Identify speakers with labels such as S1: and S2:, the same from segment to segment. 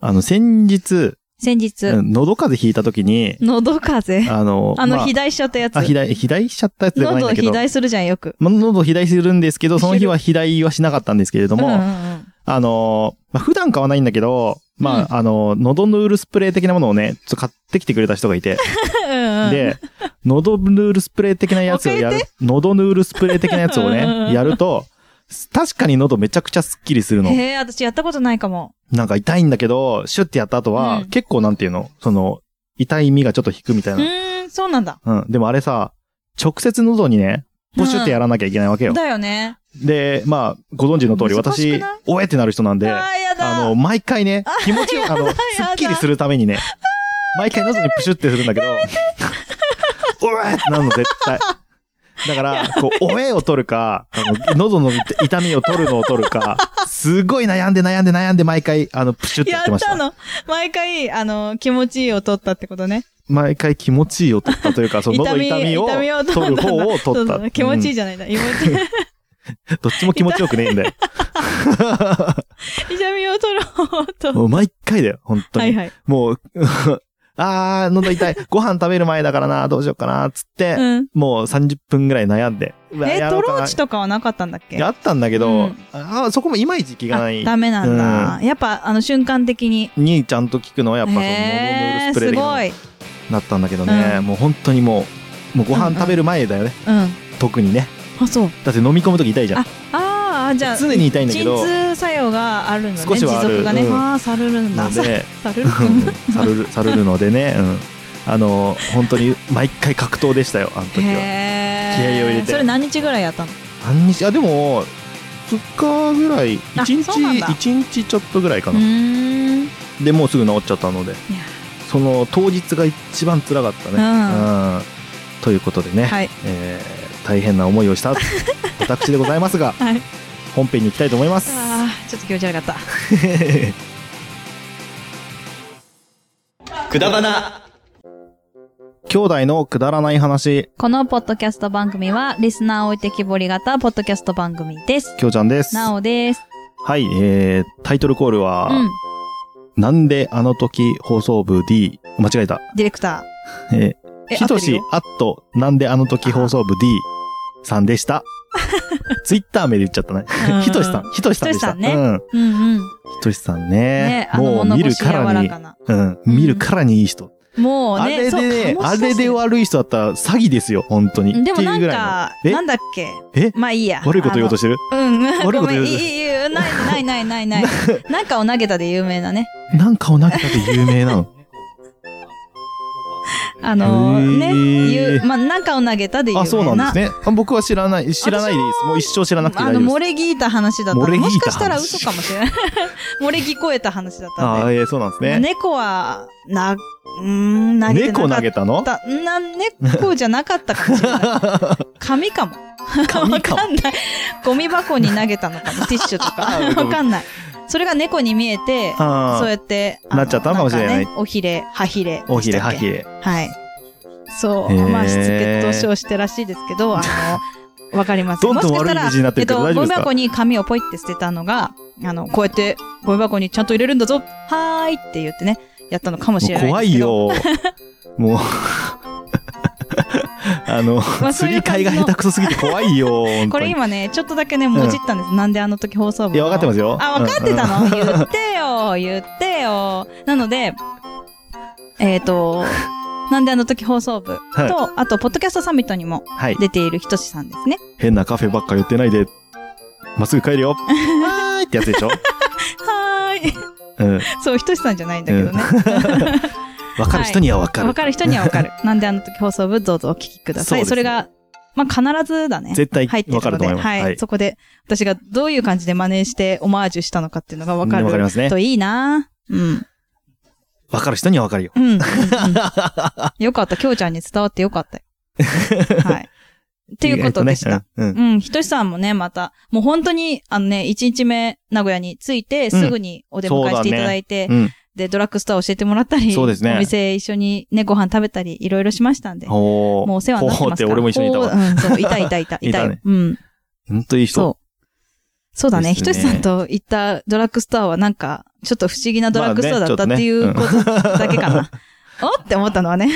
S1: あの、先日、
S2: 先日、
S1: 喉風邪ひいた時に、
S2: 喉風邪。
S1: あの、
S2: あの、
S1: ま
S2: 肥大しちゃったやつ。
S1: あ、肥大、肥大しちゃったやつではないん
S2: 喉
S1: だけ
S2: 肥
S1: ど、
S2: 大するじゃん、よく。
S1: まあ喉肥大するんですけど、その日は肥大はしなかったんですけれども、
S2: うんうんうん
S1: あのーまあ、普段買わないんだけど、まあ、あのー喉ヌールスプレー的なものをね、ちょっと買ってきてくれた人がいて、
S2: うんうん、
S1: で、喉ヌールスプレー的なやつをや
S2: もう
S1: る、喉ヌールスプレー的なやつを
S2: うんうんう
S1: ね、
S2: ん
S1: やると、確かに喉めちゃくちゃスッキリするの。
S2: へえ、私やったことないかも。
S1: なんか痛いんだけど、シュッてやった後は、
S2: うん
S1: 結構なんていうのその、痛い身がちょっと引くみたいうな。
S2: ーん、そうなんだ。
S1: うん。でもあれさ、直接喉にね、ポシュってやらなきゃいけないわけよ。
S2: だよね。
S1: で、まあ、ご存知の通り、
S2: 難
S1: 私
S2: しくない、
S1: おえってなる人なん
S2: あー
S1: で、
S2: やだ。
S1: あの、毎回ね、気持ちを、あの、すっきりするためにね、毎回喉にプシュってするんだけど、おえってなるの絶対。だから、こう、おえを取るか、あの、喉の痛みを取るのを取るか、すごい悩んで悩んで悩んで毎回、あの、プシュってや
S2: や
S1: ってま
S2: っ
S1: した
S2: た。の。毎回、あの、気持ちいいを取ったってことね。
S1: 毎回気持ちいいを取ったというか、その喉痛みを取る方を
S2: そ
S1: 取
S2: う
S1: っ
S2: そ
S1: た。
S2: う気持ちいい
S1: い。
S2: じ ゃないんだ。気持ちいい。
S1: どっちも気持ちよくねえんだよ。
S2: 痛みを取ろうと。
S1: もう毎回だよ、本当
S2: は
S1: に
S2: い。はい。
S1: もう、 あー、喉痛い。ご飯食べる前だからな、どうしようかな、つって、
S2: うん。
S1: もう30分ぐらい悩んで。うわ
S2: え、
S1: やろ
S2: ト
S1: うか
S2: ロ
S1: な
S2: ーチとかはなかったんだっけ
S1: あったんだけど、
S2: うん
S1: ああ、そこもいまいち気がない
S2: あ。ダメなんだ。やっぱ、あの、瞬間的に。
S1: にちゃんと聞くのはやっぱそのモノヌー
S2: へ
S1: ル
S2: ー
S1: スプレー
S2: す
S1: 的
S2: ご。
S1: ないなったんだけどね、
S2: う
S1: もう本当にもう、もうご飯食べる前だよね、
S2: うん。
S1: 特にね。
S2: あ、そう。
S1: だって飲み込むとき痛いじゃん
S2: あ。ああ、じゃあ、
S1: 常に痛いんだけど、
S2: 鎮痛作用があるのね。
S1: 少しはある
S2: 持続がね。
S1: うん
S2: ああ、さるるんだ。
S1: の
S2: さ
S1: で、
S2: さるる。
S1: うんさるる、さるるのでね、うん。あの、本当に毎回格闘でしたよ、あの時は。
S2: へ
S1: 気合を入れ
S2: え。
S1: て
S2: それ何日ぐらいやったの
S1: 半日、あ、でも、2日ぐらい、
S2: あ
S1: 1
S2: そうなんだ
S1: 日、一日ちょっとぐらいか
S2: う
S1: な。
S2: ーん。い
S1: で、もうすぐ治っちゃったので。
S2: や
S1: その当日が一番辛かったね。
S2: うん
S1: うんということでね、
S2: はい
S1: えー大変な思いをした 私でございますが、
S2: はい。
S1: 本編に行きたいと思います。
S2: ああ、ちょっと気持ち悪かった。
S3: くだばな
S1: 兄弟のくだらない話、
S2: このポッドキャスト番組は、リスナー置いてきぼり型ポッドキャスト番組です。
S1: きょうちゃんです。
S2: な
S1: は
S2: おです。
S1: い、えー、タイトルコールは、
S2: うん。
S1: なんであの時放送部 D、間違えた。
S2: ディレクタ
S1: え
S2: ー。
S1: ー、ひとし、アット、なんであの時放送部 D さんで した。ツイッター名で言っちゃったね。 ひとしさん、ひとしさんでした。
S2: ひとしさんね
S1: うん。
S2: 合ってるよ。うんうん。
S1: ひとしさんね
S2: ね、あの
S1: もう
S2: 物
S1: 見る
S2: 腰柔
S1: から
S2: ら
S1: に、
S2: かな。
S1: うん、
S2: うん
S1: 見るからにいい人。
S2: もう
S1: あ
S2: ね、
S1: れ
S2: そう
S1: でね、
S2: 醸
S1: あ
S2: し出
S1: れ
S2: して
S1: で
S2: る
S1: 悪い人だったら詐欺ですよ、本当に。
S2: でも
S1: っ
S2: な
S1: てい
S2: ん
S1: うぐら
S2: か、
S1: いのえ
S2: なんだっけ
S1: え
S2: まあいいや。
S1: 悪いこと言おうとしてる
S2: あのうん、
S1: 悪いこと
S2: ごめ
S1: 言
S2: ん、
S1: う
S2: いい、いい、ない、ない、な い、ない、ない。なんかを投げたで有名なね。
S1: なんかを投げたって有名なの。
S2: あの
S1: へー
S2: ね、言う、まあ、なんかを投げたで有名な。
S1: あ、そうなんですね。あ僕は知らない、知らないでいいです。もう一生知らなくて
S2: あ
S1: 大
S2: の、
S1: 丈夫
S2: 漏
S1: です。
S2: れ聞いた話だった。
S1: 漏れ聞いた
S2: も
S1: 話
S2: しかしたら嘘かもしれない。 漏れ聞こえた話だったん
S1: あ
S2: で。
S1: ーえーそうなんですね。
S2: 猫は、な、うーん、投げてなか
S1: 猫
S2: った。
S1: 投げたの
S2: たな、猫じゃなかったかもしれない。紙かも。
S1: 紙かも
S2: わかんない。ゴミ箱に投げたのか も。ティッシュとか。
S1: あー
S2: わかんない。それが猫に見えて、
S1: あー
S2: そうやって、あの
S1: なっちゃったのかもしれない
S2: んかねおひれ、はひれ。
S1: おひれ、はひ
S2: れ。
S1: れ。
S2: はい。そう。
S1: へー
S2: まあ、しつけと称してらしいですけど、あ の、わかりませ
S1: ど
S2: ん。
S1: んどん
S2: もしかした
S1: 悪いイ
S2: ら
S1: メージになってるけど
S2: え
S1: 大
S2: っ
S1: 丈
S2: と、ゴ
S1: 夫で
S2: ミ
S1: すか
S2: 箱に紙をポイって捨てたのが、あの、こうやって、ゴミ箱にちゃんと入れるんだぞはーいって言ってね、やったのかもしれ
S1: もう
S2: ない
S1: 怖
S2: です
S1: い
S2: けど。
S1: よ。 もう。 あの、
S2: まあ
S1: す
S2: そうい
S1: り
S2: う
S1: 替
S2: 感
S1: え
S2: じの
S1: が下手くそすぎて怖いよ、本当
S2: これ
S1: に。
S2: 今ね、ちょっとだけね、もじったんです。なんであの時放送部の
S1: いや、分かってますよ。
S2: あ、分かってた
S1: うん
S2: の、言ってよ、言ってよ。なので、えっ、と、なんであの時放送部と、
S1: はい
S2: あと、ポッドキャストサミットにも
S1: はい。
S2: 出ているひとしさんですね。
S1: 変なカフェばっか寄ってないで、まっすぐ帰る よ。はーいってやつでしょ。
S2: はーい。
S1: うん。
S2: そう、ひとしさんじゃないんだけどね。
S1: わかる人にはわかる。
S2: わかる人にはわ かる。なんであの時放送部、どうぞお聞きください。そ,、
S1: そうですね
S2: れが、まあ、必ずだね。
S1: 絶対
S2: 入って
S1: わかる
S2: るの
S1: と思
S2: で、
S1: います。
S2: はい、そこで、私がどういう感じで真似してオマージュしたのかっていうのがわか
S1: わかり
S2: る
S1: ますね。
S2: といいなうん。
S1: わかる人にはわかるよ。
S2: うん うんうん。よかった。きょうちゃんに伝わってよかっ たよ。はい。っていうことでした。
S1: 意外とね。うん。
S2: うん。ひとしさんもね、また、もう本当に、あのね、1日目、名古屋に着いて、すぐにお出迎えしていただいて、
S1: うん。
S2: で、ドラッグストア教えてもらったり、
S1: そうですね
S2: お店一緒にね、ご飯食べたり、いろいろしましたんで、も
S1: ほー。
S2: うお世話になって
S1: ほー
S2: ま
S1: っ
S2: す
S1: て
S2: から。
S1: 俺も一緒にいた
S2: ほ
S1: わ。
S2: ーうん、そう、いたいたいた、いた
S1: い
S2: い
S1: たね
S2: うん、
S1: ほんといい人。
S2: そう。そうだね。
S1: です
S2: ひ
S1: ね
S2: としさんと行ったドラッグストアはなんか、ちょっと不思議なドラッグストアだった
S1: まあね
S2: っていうことだけかな。 おって思ったのはね。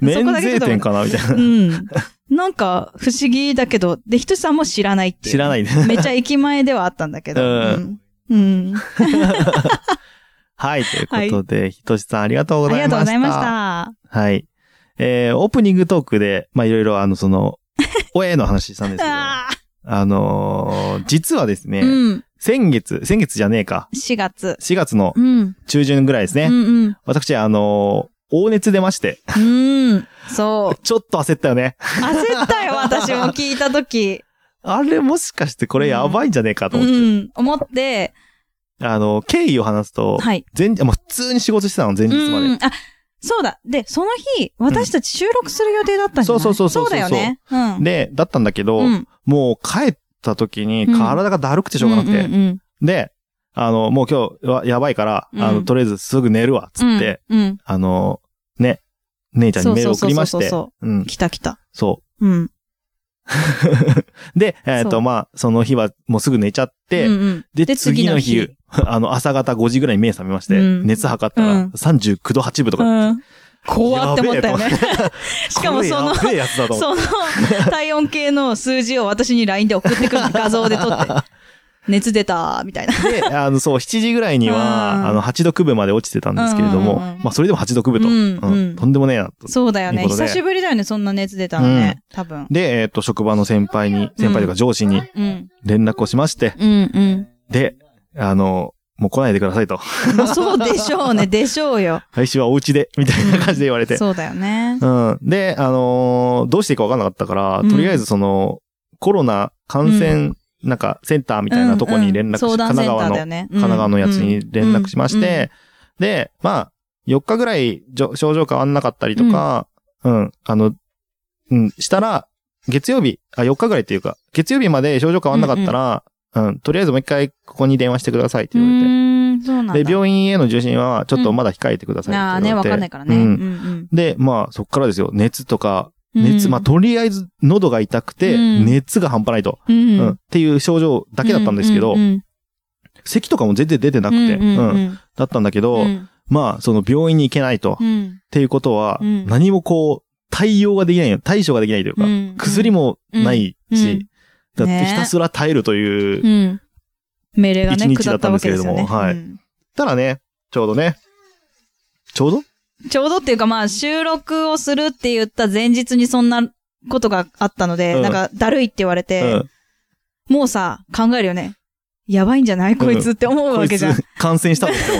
S1: 免税店かなみたいうな。
S2: ん。なんか、不思議だけど、で、ひとしさんも知らないっていう。
S1: 知らないね。
S2: めっちゃ駅前ではあったんだけど。
S1: うん
S2: うん。うん
S1: はい、ということで、ひとしさんありがとうご
S2: あ
S1: ざ
S2: り
S1: いまし
S2: が
S1: た。
S2: とうございました。
S1: はい。えー、オープニングトークで、まあ、いろいろ、あの、そ の、おえの話したんですけど、あ
S2: あ
S1: のー実はですね、
S2: ーうん。
S1: 先月、先月じゃねえか、
S2: 4月。
S1: 4月の
S2: うん。
S1: 中旬ぐらいですね、
S2: うん
S1: 私、あのー大熱出まして、
S2: うん。うん。そう。
S1: ちょっと焦ったよね。
S2: 焦ったよ、私も聞いた とき。
S1: あれ、もしかしてこれやばいんじゃねえかと
S2: う
S1: 思って、
S2: ん。思って、
S1: あの、経緯を話すと、
S2: はい。
S1: 前もう普通に仕事してたの、前日まで。
S2: うん。あ、そうだ。で、その日、私たち収録する予定だったんじゃない
S1: そうそうそうそうそう
S2: だよね。うん。
S1: で、だったんだけど、
S2: うん、
S1: もう帰った時に
S2: うん
S1: 体がだるくてしょうがなくて、
S2: うんうん
S1: で、あの、もう今日はやばいから、
S2: うん
S1: あの、とりあえずすぐ寝るわ、つ
S2: うん、
S1: って、
S2: うん、うん。
S1: あの、ね、姉ちゃんにメール送りまし
S2: そうそう
S1: て
S2: そうそう、
S1: うん、
S2: 来た来た。
S1: そ
S2: うん。
S1: う。で、えっ、
S2: そう
S1: と、まあ、その日はもうすぐ寝ちゃって、
S2: うんうん、
S1: で、
S2: で
S1: 次の日
S2: 次 の、
S1: あの、朝方5時ぐらいに目覚めまして、
S2: うん
S1: 熱測ったら
S2: うん
S1: 39度8分とか、
S2: うん。怖って思ったよ
S1: や
S2: ね
S1: べえ。
S2: しかもその
S1: こ、れやべえやつだと思っ
S2: その体温計の数字を私に LINE で送ってくるの画像で撮 って。熱出た、みたいな。
S1: て。で、あの、そう、7時ぐらいには、
S2: うん
S1: あの、8度9分まで落ちてたんですけれども、
S2: うんうんうん
S1: まあ、それでも8度9分と、
S2: うん
S1: うん
S2: うん
S1: とんでもねえなと。
S2: そうだよね。
S1: ということで
S2: 久しぶりだよね、そんな熱出たのね。多分。
S1: で、えっ、と、職場の先輩に、先輩というか上司に
S2: うん。
S1: 連絡をしまして、
S2: うんうん。
S1: で、あの、もう来ないでくださいと。
S2: まあそうでしょうね、でしょうよ。
S1: 来週はお家で、みたいな感じで言われて。
S2: そうだよね。
S1: うん。で、あのーどうしていいかわかんなかったから、
S2: うん
S1: とりあえずその、コロナ感染、なんか、センターみたいなとこに連絡し、
S2: うんうん
S1: 神奈川の、神
S2: 神
S1: 奈川のやつに連絡しまして、、で、まあ、4日ぐらいじょ症状変わんなかったりとか、うん、あの、うん、したら、月曜日、あ、4日ぐらいっていうか、月曜日まで症状変わんなかったら、うん、とりあえずもう一回ここに電話してくださいって
S2: うんう
S1: 言
S2: ん
S1: われて。
S2: うーんそうなんだ。
S1: で、病院への受診は、ちょっとまだ控えてください
S2: ああ
S1: っ
S2: ー
S1: て
S2: ね、
S1: 言わ
S2: わ
S1: れて。
S2: かんないからね。
S1: う
S2: うんん
S1: で、まあ、そっからですよ。熱とか、
S2: うん
S1: 熱、
S2: うん
S1: まあ、とりあえず、喉が痛くて、
S2: うん
S1: 熱が半端ないと、
S2: う
S1: うんんっていう症状だけだったんですけど、
S2: うんうん
S1: 咳とかも全然出てなく
S2: うん
S1: て、
S2: うん
S1: うんだったんだけど、
S2: うん
S1: まあ、その病院に行けないと、っ
S2: うん
S1: ていうことは、
S2: うん
S1: 何もこう、対応ができないよ。対処ができないというか、
S2: うん
S1: 薬もないし、
S2: うん
S1: だってひたすら耐えるという、
S2: うん命令がね、
S1: 一日
S2: 下
S1: だ
S2: っ
S1: った
S2: た
S1: んで
S2: わ
S1: すけ
S2: け
S1: れ
S2: で
S1: ど
S2: す
S1: も
S2: よね。
S1: はい
S2: うん
S1: ただね、ちょうどね、ちょうど
S2: ちょうどっていうかまあ、収録をするって言った前日にそんなことがあったの
S1: う
S2: で、
S1: ん
S2: なんか、だるいって言われ
S1: う
S2: て、
S1: ん。
S2: もうさ、考えるよね。やばいんじゃないこいつって思う
S1: こ
S2: わ
S1: い
S2: け
S1: つ
S2: じゃん。、
S1: 感染したんですよ。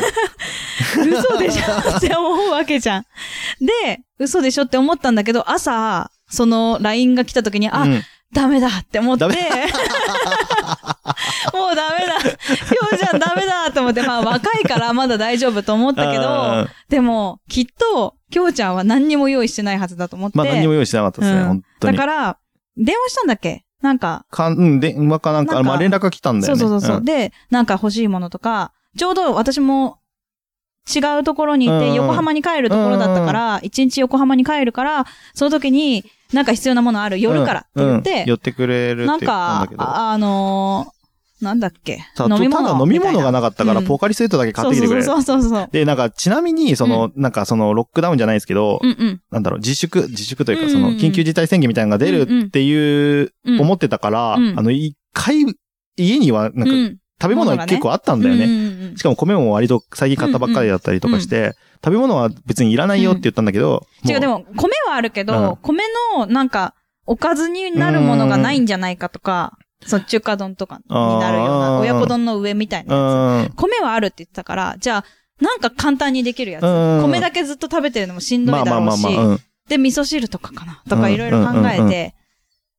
S2: 嘘でしょって思うわけじゃん。で、嘘でしょって思ったんだけど、朝、その LINE が来た時に、あ、
S1: うん
S2: ダメだって思っ
S1: ダ
S2: て、もう
S1: メ
S2: ダメだ。ひょうちゃんダメだと思って、まあ若いからまだ大丈夫と思ったけ
S1: あー、
S2: どでも、きっと、きょうちゃんは何にも用意してないはずだと思って。
S1: まあ、何にも用意してなかったですね、
S2: うん
S1: 本当
S2: だ
S1: に。
S2: から、電話したんだっけなんか、
S1: かん、うん、電話かなんか、
S2: なんか
S1: まあ連絡が来たんだ
S2: そ
S1: よ
S2: う
S1: ね。
S2: そうそうそう、
S1: ん
S2: で、なんか欲しいものとか、ちょうど私も違うところにい
S1: うんう
S2: て、
S1: ん
S2: 横浜に帰るところだったから、一日横浜に帰るから、その時に、なんか必要なものある、夜からって言っ
S1: うんうん
S2: て、
S1: 寄ってくれるって
S2: な
S1: 言っ
S2: ん
S1: たんだ
S2: か
S1: け、ど。
S2: ああのー、なんだっけ、
S1: さ
S2: 飲み物
S1: ただ飲み物が
S2: な
S1: なかったから、
S2: うん
S1: ポカリスエットだけ買ってきてくれ。
S2: そうそうそうそうそう。
S1: で、なんか、ちなみに、その、なんか、その、ロックダウンじゃないですけど、
S2: うんうん。
S1: なんだろう、自粛、自粛という
S2: う
S1: か、
S2: ん
S1: その、緊急事態宣言みたいなのが出るっていう、
S2: うん
S1: 思ってたから、あ
S2: うん
S1: の、一回、家には、なんか、
S2: うん
S1: 食べ物
S2: 物が
S1: が
S2: ね
S1: 結構あったんだよ
S2: うん
S1: ね。
S2: うんうん
S1: しかも米も割と最近買ったばっかりだったりとかして、食べ物は別にいらないよって言ったんだけど、
S2: 違う、で
S1: も
S2: も、米はあるけ
S1: うん
S2: ど、米の、なんか、おかずになるものがないんじゃないかとか、そう、中華丼とかになるよ
S1: あ
S2: う
S1: ー、
S2: な、親子丼の上みたいう
S1: う
S2: なや
S1: ん
S2: つ。、米はあるって言ってたから、じゃあ、なんか簡単にできるやつ。
S1: うん
S2: 米だけずっと食べてるのもしんど
S1: まあ
S2: いだ
S1: まあ
S2: ろ
S1: ま
S2: う
S1: あま
S2: し、
S1: あ、うん。
S2: で、味噌汁とかかな、と
S1: う
S2: か
S1: ん
S2: いろいろ考
S1: う
S2: え
S1: んうん
S2: て、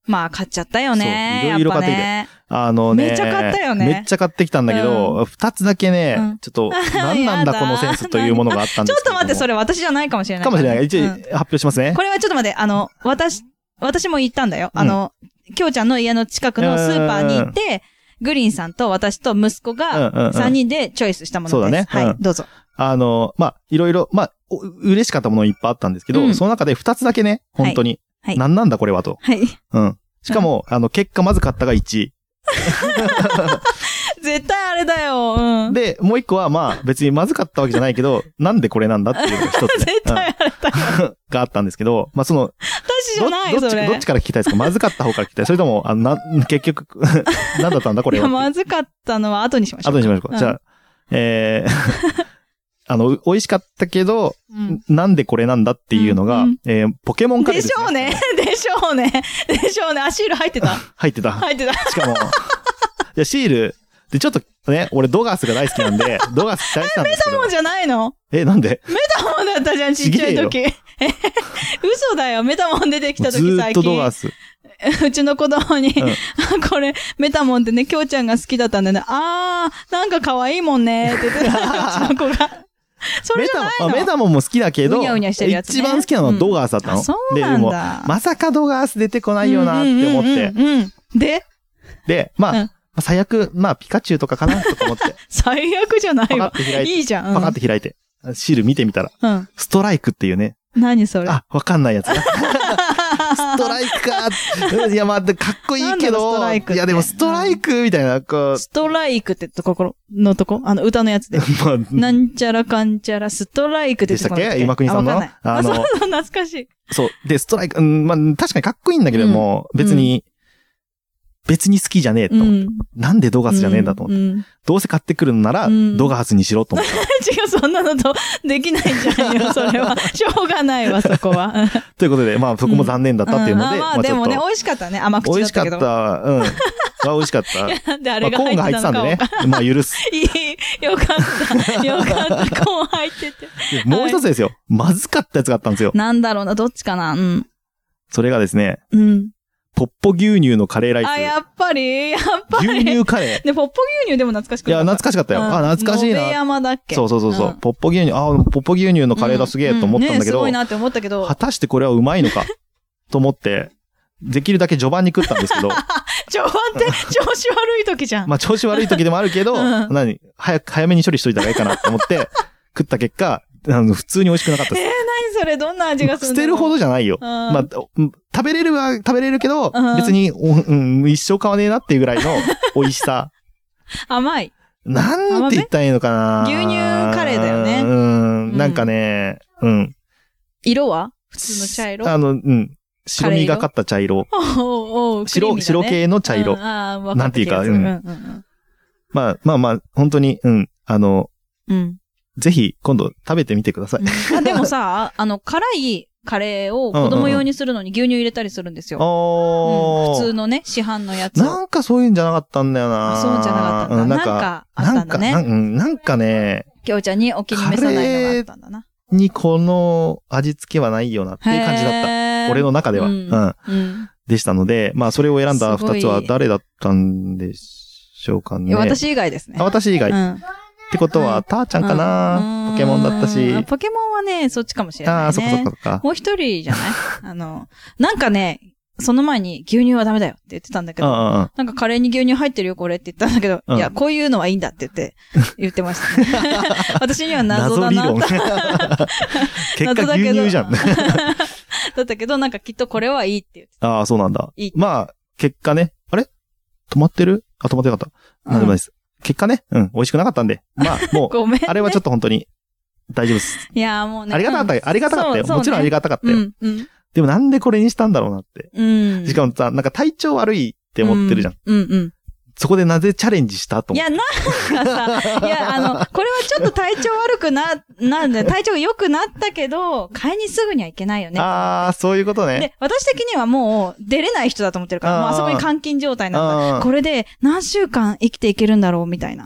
S2: まあ、買っちゃったよね。
S1: そうい
S2: や
S1: ろ
S2: っ
S1: いろ
S2: ぱね。
S1: あのね。
S2: めっちゃ買ったよね
S1: めっちゃ買ってきたんだけど、二、つだけね、
S2: うん
S1: ちょっと、何なんだ
S2: や
S1: こ
S2: だ
S1: のセンスというものがあったん
S2: ち
S1: で
S2: ょ
S1: す
S2: っ
S1: けれど
S2: と
S1: も
S2: 待って、それ私じゃないかもしれない。
S1: かもしれない。一応、
S2: うん
S1: 発表しますね。
S2: これはちょっと待って、あの、私、私も行ったんだよ。あの、きょうちゃんの家の近くのスーパーに行って、グリーンさんと私と息子が
S1: うんうんうん
S2: 3人でチョイスしたものです。
S1: そうだね
S2: は
S1: う
S2: い
S1: ん、
S2: どうぞ。
S1: あの、まあ、いろいろ、まあ、お嬉しかったものいっぱいあったんですけど、
S2: うん
S1: その中で二つだけね、本当に、
S2: はいはい
S1: 何なんだこれはと。
S2: はい。
S1: うん。しかも、あの、結果まず買ったが1位。
S2: 絶対あれだよ。うん。
S1: で、もう一個は、まあ、別にまずかったわけじゃないけど、 なんでこれなんだっていうのが一つ、ね。
S2: 絶対あれだよ。
S1: うんがあったんですけど、まあ、その、
S2: 私じ
S1: ど
S2: ゃない、
S1: どっ
S2: そ
S1: ち
S2: れ。
S1: どっちから聞きたいですかまずかった方から聞きたいそれとも、あの、な、結局、 なんだったんだこ
S2: い
S1: れ
S2: や、
S1: は。
S2: まずかったのは後にしましょう。
S1: 後にしましょう
S2: う
S1: か。
S2: ん
S1: じゃあ、えー、 あの、美味しかったけど、
S2: うん
S1: なんでこれなんだっていうのが、
S2: うん
S1: えーポケモンカレー
S2: で
S1: で
S2: し
S1: す、
S2: ょうね。でしょうね。 でしょうね。あ、シール入ってた。
S1: 入ってた。
S2: 入ってた。
S1: しかも、いや、シール、で、ちょっとね、俺ドガースが大好きなんで、ドガース大好きなんですけ ど
S2: もう、じゃない の
S1: え、なんで
S2: メタモンだったじゃん、ちっちゃい時。え 嘘だよ、メタモン出てきた
S1: ず
S2: 時
S1: ーっ
S2: 最
S1: とド
S2: 近
S1: ガー。ス。
S2: うちの子供に、あ これ、メタモンってね、きょうちゃんが好きだったんだよね。あー、なんか可愛いもんね、って言って た、うちの子が。それ
S1: メ
S2: じゃ
S1: タ
S2: ない
S1: モン、あ
S2: の
S1: メタモンも好きだけど、
S2: うにゃうにゃしてるやつね
S1: 一番好きなのはドガースだったの。
S2: あそう
S1: で、
S2: な
S1: で
S2: ん
S1: も、
S2: だ。
S1: まさかドガース出てこないよなって思って、
S2: うんうんうんうんうんで、
S1: で、まあ、
S2: うん
S1: まあ最悪、まあ、ピカチュウとかかなとか思 って、
S2: 最悪じゃな
S1: パ
S2: い
S1: カっ
S2: わ。
S1: て開いて、
S2: いいじゃん。
S1: パカって開いて、シール見てみたら、
S2: うん。うん。
S1: ストライクっていうね、
S2: 何それ。
S1: あ、わかんないやつ。ストライクか。 いや、まあ、でかっこいいけど、
S2: なんだろうストライクって
S1: いや、でもストライクみたいな、こう、
S2: ストライクってとこのとこあの、歌のやつで。
S1: まあ、
S2: なんちゃらかんちゃら、ストライクで
S1: でしたっけ今国さんの
S2: あわかない
S1: あ
S2: あ、
S1: の
S2: そうそう懐かしい。
S1: そう。で、ストライク、うん、まあ、確かにかっこいいんだけども、
S2: うん
S1: 別に、別に好きじゃねえと。
S2: うん。
S1: なんでドガースじゃねえんだと思って。
S2: うんうん違う、
S1: どうせ買ってくるんなら、
S2: うん
S1: ドガースにしろと思 った。
S2: そんなのと、できないじゃ んよ、それは。しょうがないわ、そこは。うん
S1: ということで、まあ、そこも残念だったっていうので、
S2: んあまあ、
S1: まあ、
S2: で
S1: ちょっ
S2: も
S1: と
S2: ね、、美味しかったね、甘
S1: 美
S2: 口だ
S1: 味
S2: っ
S1: しか
S2: た
S1: っ
S2: けど。
S1: た。 うん。は美味しかった。
S2: なんであ
S1: ま
S2: れ
S1: あ、
S2: が
S1: コーン
S2: 入って
S1: が入って
S2: た
S1: たん
S2: の
S1: で
S2: か
S1: ね
S2: わか。
S1: まあ、許す。
S2: んない。いい、よかった。よかった。コーン入って て。
S1: もう一つですよ。まずかったやつがあったんですよ。
S2: なんだろうな、どっちかな。うん。
S1: それがですね、
S2: うん。
S1: ポッポ牛乳のカレーラ
S2: あ、
S1: イ
S2: やっぱり、やっぱ
S1: ス。
S2: り。
S1: 牛乳カレ
S2: ね、ポッポ牛乳でも懐かしく
S1: ー。い や、懐かしかったよ。あ、懐かしい
S2: 野辺
S1: な。
S2: 山だっけ
S1: そうそうそうそう、
S2: ん
S1: ポッポ牛乳、あ、ポッポ牛乳のカレーだすげえと思ったんだけど、
S2: うねすごいなって思ったけど
S1: 果、たしてこれはうまいのかと思って、できるだけ序盤に食ったんですけど、
S2: 序盤 って調子悪い時じゃん。
S1: まあ調子悪い時でもあるけど、
S2: うん
S1: 何早く、早めに処理しといた方がいいかなと思って、 食った結果、あの普通に美味しくなかった
S2: えー、
S1: で
S2: 何それどんな味がす
S1: す。捨
S2: るんだ
S1: てる
S2: ろう
S1: ほどじゃないよ。
S2: うん
S1: まあ、うん食べれるは、食べれるけど、
S2: うん
S1: 別に、おうん、一生買わねえなっていうぐら いの美味しさ。
S2: 甘い。
S1: なんて言ったらいいのかな
S2: 甘め牛乳カレーだよね
S1: うん、なんかね、うん。
S2: 色は普通の茶色
S1: あの、うん。白身がかった茶色。
S2: おうおう
S1: 白、白系の茶色。な
S2: なん
S1: ていうか
S2: うん
S1: う
S2: あーわった気がする。
S1: まあまあまあ、本当に、うん。あの、
S2: うんうん
S1: ぜひ今度食べてみてください。
S2: うんあでもさ、あの、辛いカレーを子供用にするのに牛乳入れたりするんですよ。うん
S1: お
S2: 普
S1: ー
S2: 通のね、市販のやつを。
S1: なんかそういうんじゃなかったんだよな
S2: あそうじゃなかった
S1: うんん
S2: だ。
S1: な
S2: なん
S1: か、
S2: んかあっ
S1: な
S2: た
S1: ん
S2: んだ
S1: か、
S2: ね。
S1: うんなんかね、
S2: きょうちゃんにお気に召さないのがあったんだな。
S1: にこの味付けはないよなっていう感じだった。
S2: た
S1: 俺の中では、
S2: う
S1: うんん。
S2: うん。
S1: でしたので、まあそれを選んだ
S2: すご
S1: 二
S2: い
S1: つは誰だったんでしょうか
S2: い
S1: ね。
S2: や私以外ですね
S1: あ。私以外。っ
S2: うん
S1: てことは、ターちゃんかな、
S2: うん
S1: ポケモンだったし。
S2: うんポケモンはね、そっちかもしれない、ね。
S1: ああー、そっかそっかそっか。
S2: もう一人じゃないあの、なんかね、その前に牛乳はダメだよって言ってたんだけ
S1: うんう
S2: ど、
S1: んうん。
S2: なんかカレーに牛乳入ってるよこれって言ったんだけど、
S1: うん
S2: いや、こういうのはいいんだって言って、言ってまし たね。私には 謎だな
S1: 理論。結果
S2: 謎だけ
S1: 牛
S2: ど
S1: 乳じゃん。
S2: だったけど、なんかきっとこれはいいって言って
S1: ああ、そうなんだ
S2: いい。
S1: まあ、結果ね。あれ止まってるあ、止まってなかった。なんでもないです。結果ね。うん、美味しくなかったん で。まあ、もう、
S2: ごめん。
S1: あれはちょっと本当に大丈夫です。
S2: いやーもうね。
S1: ありがたかったよ。ありがたかったよ。
S2: そう
S1: もちろんありがたかった
S2: う
S1: よ。
S2: ん、うん、
S1: でもなんでこれにしたんだろうなって。
S2: うん。
S1: しかもさ、なんか体調悪いって思ってるじゃん。
S2: うん。うん、うん。
S1: そこでなぜチャレンジしたと
S2: い
S1: 思っ
S2: や、なんかさ、いや、あの、これはちょっと体調悪くな、 なんで、体調が良くなったけど、買いにすぐには行けないよ
S1: て。
S2: ね。
S1: ああ、そういうことね。
S2: で、私的にはもう出れない人だと思ってるから、
S1: あー
S2: まあそこに監禁状態なんだ
S1: あー
S2: これで何週間生きていけるんだろう みたいな。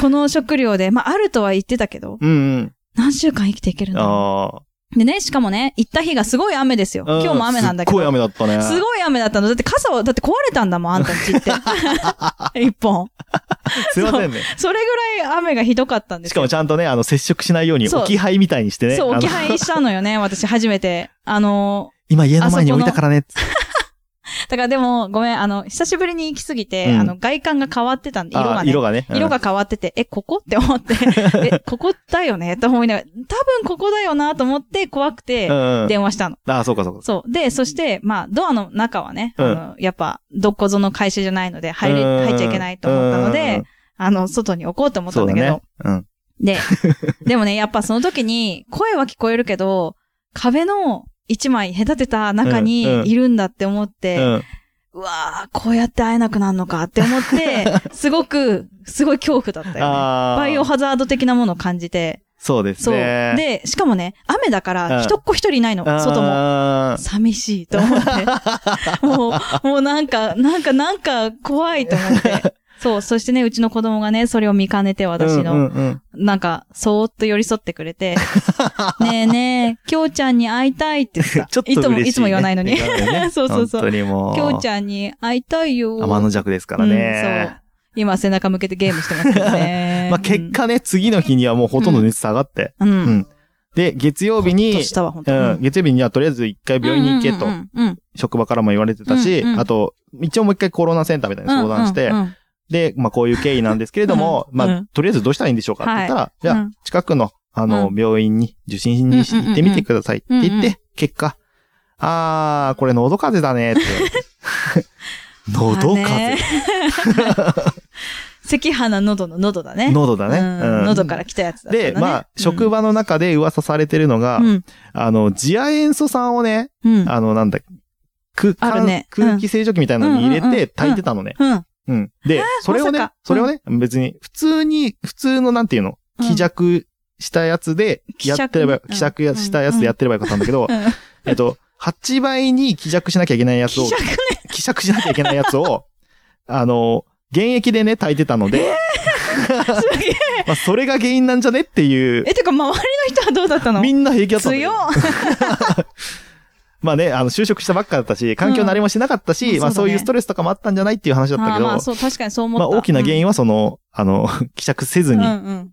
S2: この食料で、まああるとは言ってたけど、
S1: うんうん。
S2: 何週間生きていけるんだろ
S1: ああ。
S2: う。でね、しかもね、行った日がすごい雨ですよ。
S1: う
S2: 今日も雨なんだけど。
S1: すっごい雨だったね。
S2: すごい雨だったの。だって傘を、だって壊れたんだもん、あんたんち って。一本。
S1: すいませんね。
S2: それぐらい雨がひどかったんです
S1: し
S2: よ
S1: かもちゃんとね、あの、接触しないように
S2: そう
S1: 置き配みたいにしてね。
S2: そう、
S1: あの
S2: 置き配したのよね、私初めて。あの
S1: 今家の前に置いたからね。
S2: だからでも、ごめん、あの、久しぶりに行きすぎて、
S1: うん
S2: あの、外観が変わってたんで、色
S1: あ
S2: が
S1: ー
S2: ね。
S1: 色がね。うん
S2: 色が変わってて、え、ここって 思って、え、ここだよねと思いながら、多分ここだよなと思って怖く
S1: う
S2: て、
S1: んうん。
S2: 電話したの。
S1: ああ、そうかそうか。
S2: そう。で、そして、まあ、ドアの中はね、
S1: うん
S2: あのやっぱ、どこぞの会社じゃないので、入れ、
S1: うん
S2: 入っちゃいけないと思ったので、、あの、外に置こうと
S1: うん
S2: 思った
S1: そ
S2: ん
S1: うだ
S2: だけ
S1: ね
S2: ど、。
S1: うん。
S2: で、でもね、やっぱその時に、声は聞こえるけど、壁の一枚隔てた中
S1: うんう
S2: に
S1: ん
S2: いるんだって思っ
S1: う
S2: て、
S1: ん。
S2: うわあこうやって会えなくなるのかって思って、 すごく、すごい恐怖だったよね。
S1: ああ。
S2: バイオハザード的なものを感じて。
S1: そうです
S2: そう。
S1: ね。、
S2: で、しかもね、雨だか
S1: うん
S2: ら、人っ子一人いないの、外も。
S1: も。
S2: 寂しいと 思って。もう、もうなんか、なんか、なんか怖いと思 って。そう、そしてね、うちの子供がね、それを見かねて私の、
S1: うんうんうん
S2: なんか、そーっと寄り添ってく れて、ねえねえ、きょうちゃんに会いたい って言ってた。
S1: ちょっと嬉しいね、
S2: いつも、いつも言わない のに。
S1: 言わないね
S2: そうそうそう
S1: 本当にもう。
S2: きょうちゃんに会いたいよ。
S1: 天の弱ですから
S2: うん、そう
S1: ね。。
S2: 今背中向けてゲームしてますけど ね。
S1: まあ結果ね、次の日にはもうほとんど熱下がって。
S2: うん、うん。
S1: うんで、月曜日
S2: ほっ
S1: に
S2: とし、たわ、本当
S1: う
S2: に。
S1: ん、月曜日にはとりあえず一回病院に行けと
S2: う、んうんうん
S1: 職場からも言われてたし
S2: うんう、ん
S1: あと、一応もう一回コロナセンターみたいに相談し
S2: う
S1: て
S2: んう、んうん
S1: で、まあこういう経緯なんですけれども、
S2: うん
S1: ま
S2: う
S1: あ
S2: ん、
S1: とりあえずどうしたらいいんでしょうかって言ったら、じゃ
S2: う
S1: あ
S2: ん、
S1: 近くの、あの
S2: う、ん
S1: 病院に受診に行ってみてくださいって言っ
S2: うんうん
S1: て、結果、あー、これ喉風邪だ ねって言われて。喉風
S2: まあね
S1: 邪。
S2: 咳鼻喉の喉だね。
S1: 喉だね。
S2: うん
S1: うん
S2: 喉から来たやつだったんだね。
S1: で、まあ、
S2: うん
S1: 職場の中で噂されてるのが、
S2: うん。
S1: あの、次亜塩素酸をね、
S2: うん。
S1: あの、なんだ、空
S2: あ
S1: 間
S2: るねうん
S1: 空気清浄機みたいなのに入
S2: うんうんう
S1: れ
S2: ん
S1: て炊いてたのね。
S2: うん。
S1: うん。で、それを
S2: ま
S1: ね
S2: さか、
S1: それをね、別に、普通に、普通のなんていうの、
S2: うん
S1: 希弱したやつで、
S2: 希
S1: や
S2: 釈
S1: ってれば、
S2: うん
S1: 希釈やしたやつでやってればよかったんだけど
S2: うん、
S1: えっと、8倍に希弱しなきゃいけないやつを
S2: 希、釈ね。
S1: 希釈しなきゃいけないやつを、あの、現役でね、炊いてたので、
S2: すげえ。
S1: まあ、それが原因なんじゃねっていう、
S2: え、てか、周りの人はどうだったの
S1: みんな平気だったんだけど
S2: 強っ。
S1: まあね、あの、就職したばっかだったし、環境何もしてなかったし、
S2: うん
S1: まあ
S2: そ
S1: そうう
S2: だね
S1: いうストレスとかもあったんじゃないっていう話だったけど、
S2: ま
S1: ま
S2: あ
S1: あ
S2: まあ、そう、確かにそう思った。
S1: 大きな原
S2: 因
S1: 因はその、あの、 希釈せずに、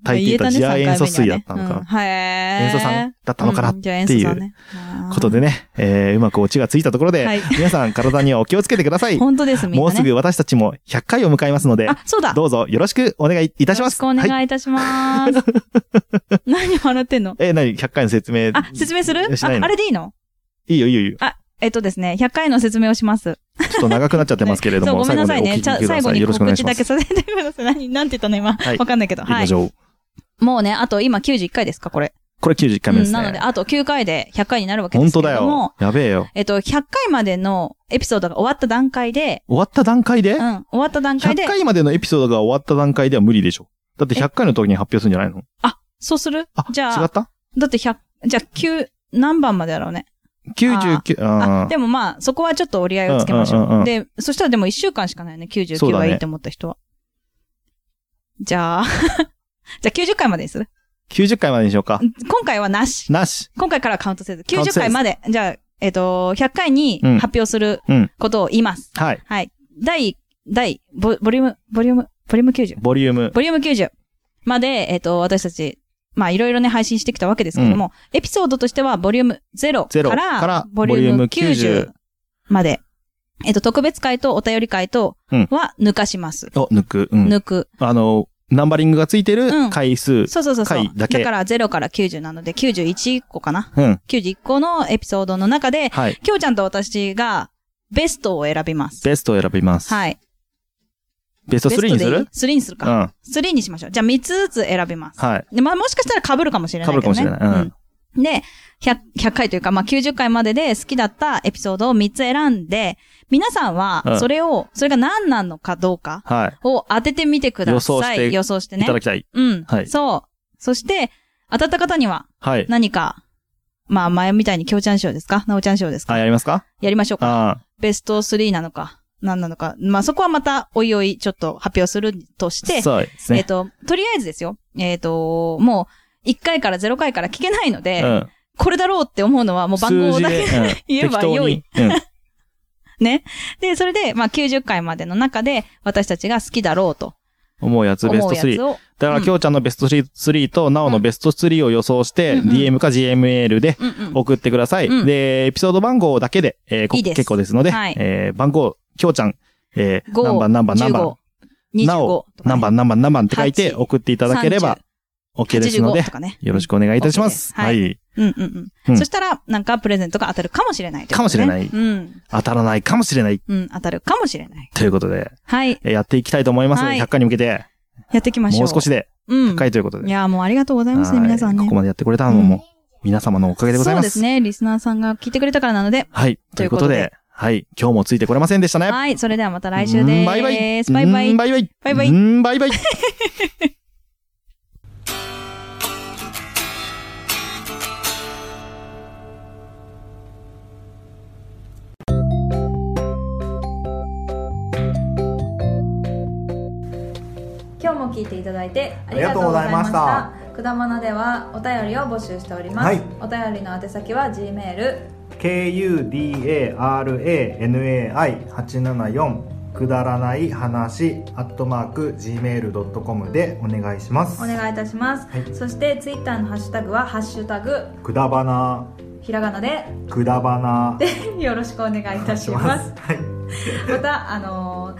S1: 炊いていた次亜塩素水だったのか
S2: はい。
S1: 塩素酸だったのかなっ
S2: って
S1: ていうことでね、えーうまくオチがついたところで、
S2: はい
S1: 皆さん体にはお気をつけてください。
S2: 本当です、みんなね。
S1: もうすぐ私たちも100回を迎えますので、
S2: あ、そう だ。
S1: どうぞよろしくお願いいたします。
S2: よろしくお
S1: はい。
S2: 願いいたします。 何笑ってんの
S1: えー、何 ?100 回の説明。
S2: あ、説明する
S1: し
S2: あ
S1: ないの
S2: あれでいいの
S1: いいよいいよいいよ。
S2: えっとですね、100回の説明をします。
S1: ちょっと長くなっちゃってますけれど
S2: そう、
S1: も、
S2: ごめんなさい
S1: お聞
S2: ね。
S1: き
S2: ちゃ
S1: くだ
S2: 最
S1: さ
S2: 後
S1: い。
S2: に
S1: よろしくお
S2: 告
S1: 願いし
S2: 知
S1: ま
S2: だ
S1: す。
S2: けさせてください。何、なんて言ったの今。
S1: はい
S2: わかんないけど。
S1: 行き
S2: は
S1: ま
S2: い
S1: し。ょう。
S2: もうね、あと今91回ですか、これ。
S1: これ91回目ですね。
S2: うん、なので、あと9回で100回になるわけで
S1: 本
S2: す
S1: 当
S2: け
S1: だ
S2: れども、
S1: よ。やべえよ。
S2: えっと、100回までのエピソードが終わった段階で、
S1: 終わった段階で、
S2: うん、終わった段階で
S1: ?100、回までのエピソードが終わった段階では無理でしょ。だって100回の時に発表するんじゃないの
S2: そうする
S1: あ、
S2: じゃ
S1: 違
S2: あ
S1: っ、た
S2: だって100、じゃあ9、何番までだろうね。
S1: ?99、あ
S2: あ、でもまあ、そこはちょっと折り合いをつけまし
S1: うんうんうん
S2: ょ
S1: う
S2: う。
S1: ん
S2: で、そしたらでも1週間しかないね。
S1: そう
S2: 99
S1: だ
S2: が
S1: ね
S2: いいと思った人は。じゃあ、 じゃあ90回までにする
S1: 90回までにしようか。
S2: 今回はなし。
S1: なし。
S2: 今回からはカウントせず。
S1: カウント
S2: 90
S1: せず
S2: 回まで。じゃあ、えっ、と、100回に
S1: うん
S2: 発表する
S1: うん
S2: ことを言います。
S1: はい。
S2: はい。第、第、ボボリューム、ボリューム、ボリューム 90?
S1: ボリューム。
S2: ボリューム90まで、えっ、と、私たち、まあ、いろいろね、配信してきたわけですけども、エピソードとしては、ボリューム0
S1: ゼロ
S2: か
S1: からら、
S2: ボリューム
S1: ボリューム
S2: 90
S1: 90
S2: まで、えっ、と、特別会とお便り会と
S1: うん
S2: は抜かします。
S1: お、抜く。うん。
S2: 抜く。
S1: あの、ナンバリングがついて
S2: うん
S1: る回数。
S2: そうそうそうそう。
S1: 回だけ
S2: から0から90なので、91個かな。
S1: うん。
S2: 91個のエピソードの中で、
S1: はい。
S2: きょうちゃんと私が、ベストを選びます。
S1: ベストを選びます。
S2: はい。
S1: ベスト3にする
S2: ?3 にする
S1: う
S2: か。
S1: ん。
S2: 3にしましょう。じゃあ3つずつ選びます。
S1: はい。
S2: で、まあもしかしたら被るかもしれないけどね。
S1: 被るかもしれない
S2: うんで、100, 100回というか、まあ90回までで好きだったエピソードを3つ選んで、皆さん
S1: う
S2: は、
S1: ん
S2: それを、それが何なのかどうか
S1: はい。
S2: を当ててみてください。
S1: 予想して
S2: 予想して
S1: い
S2: ね
S1: た。だきたい。
S2: うん。
S1: はい
S2: そう。そして、当たった方には
S1: はい。
S2: 何か、まあ前みたいにきょうちゃん賞ですかなおちゃん賞ですか
S1: あ、やりますか
S2: やりましょうか。
S1: あ
S2: ベスト3なのか、何なのか。まあ、そこはまた、おいおい、ちょっと発表するとし
S1: あ。
S2: て、
S1: そうです
S2: えっ、
S1: ね。
S2: と、とりあえずですよ。えっ、と、もう、1回から0回から聞けないので、
S1: うん。
S2: これだろうって思うのは、もう番号だけ。
S1: 数字でうん
S2: 言えば良い
S1: 適当にうん
S2: ね。で、それで、まあ、90回までの中で、私たちが好きだろうと。
S1: 思うやつベス
S2: 思
S1: ト
S2: うやつ
S1: 3。
S2: を。
S1: だから、
S2: うん
S1: きょうちゃんのベスト3と、なおのベスト3を予想して、
S2: うんうん
S1: DM か GML で
S2: うんうん。
S1: 送ってください。
S2: うん
S1: で、エピソード番号だけで、えーこ
S2: いいです
S1: 結構ですので、
S2: はい
S1: えー番号、きょうちゃん、えー、
S2: 5
S1: 何番何番何番、
S2: 15
S1: なお、何番何番何番って書いて
S2: 8
S1: 送っていただければ OK ですので
S2: 85と、かね。
S1: よろしくお願いいたします。
S2: OK ですは
S1: はいい。
S2: うんうんうん。
S1: うん
S2: そしたら、なんかプレゼントが当たるかもしれないとうことね
S1: かもしれない
S2: うん。
S1: 当たらないかもしれない
S2: うん、当たるかもしれない。
S1: ということで、
S2: はい。
S1: えーやっていきたいと思いますので、
S2: はい
S1: 100回に向けて、
S2: やっていきましょう。
S1: もう少しで
S2: うん
S1: 100。回ということで。
S2: いやー、もうありがとうございますね、
S1: はい
S2: 皆さんね。
S1: ここまでやってくれたのも、
S2: うん
S1: 皆様のおかげでござい
S2: そう
S1: ます。
S2: ですね。リスナーさんが聞いてくれたからなので。
S1: はい。ということ
S2: という
S1: で、はい。今日もついてこれませんでしたね。
S2: はい。それではまた来週で
S1: う
S2: す。
S1: んバイバイ。
S2: バイバイ
S1: うんバイバイ。
S2: バイバイ
S1: うんバイバイ。
S2: 今日も聞いていただいてあ
S3: りがとうございました
S2: りがとうございました。くだまなではお便りを募集しております。
S3: はい
S2: お便りの宛先は G メール
S3: kudaranai874 くだらない話アットマーク gmail.com でお願いします
S2: お願いいたします。
S3: はい
S2: そしてツイッターのハッシュタグはハッシュタグ
S3: くだばな
S2: ひらがなで
S3: くだばな
S2: よろしくお願いいたします。
S3: はい
S2: またあのー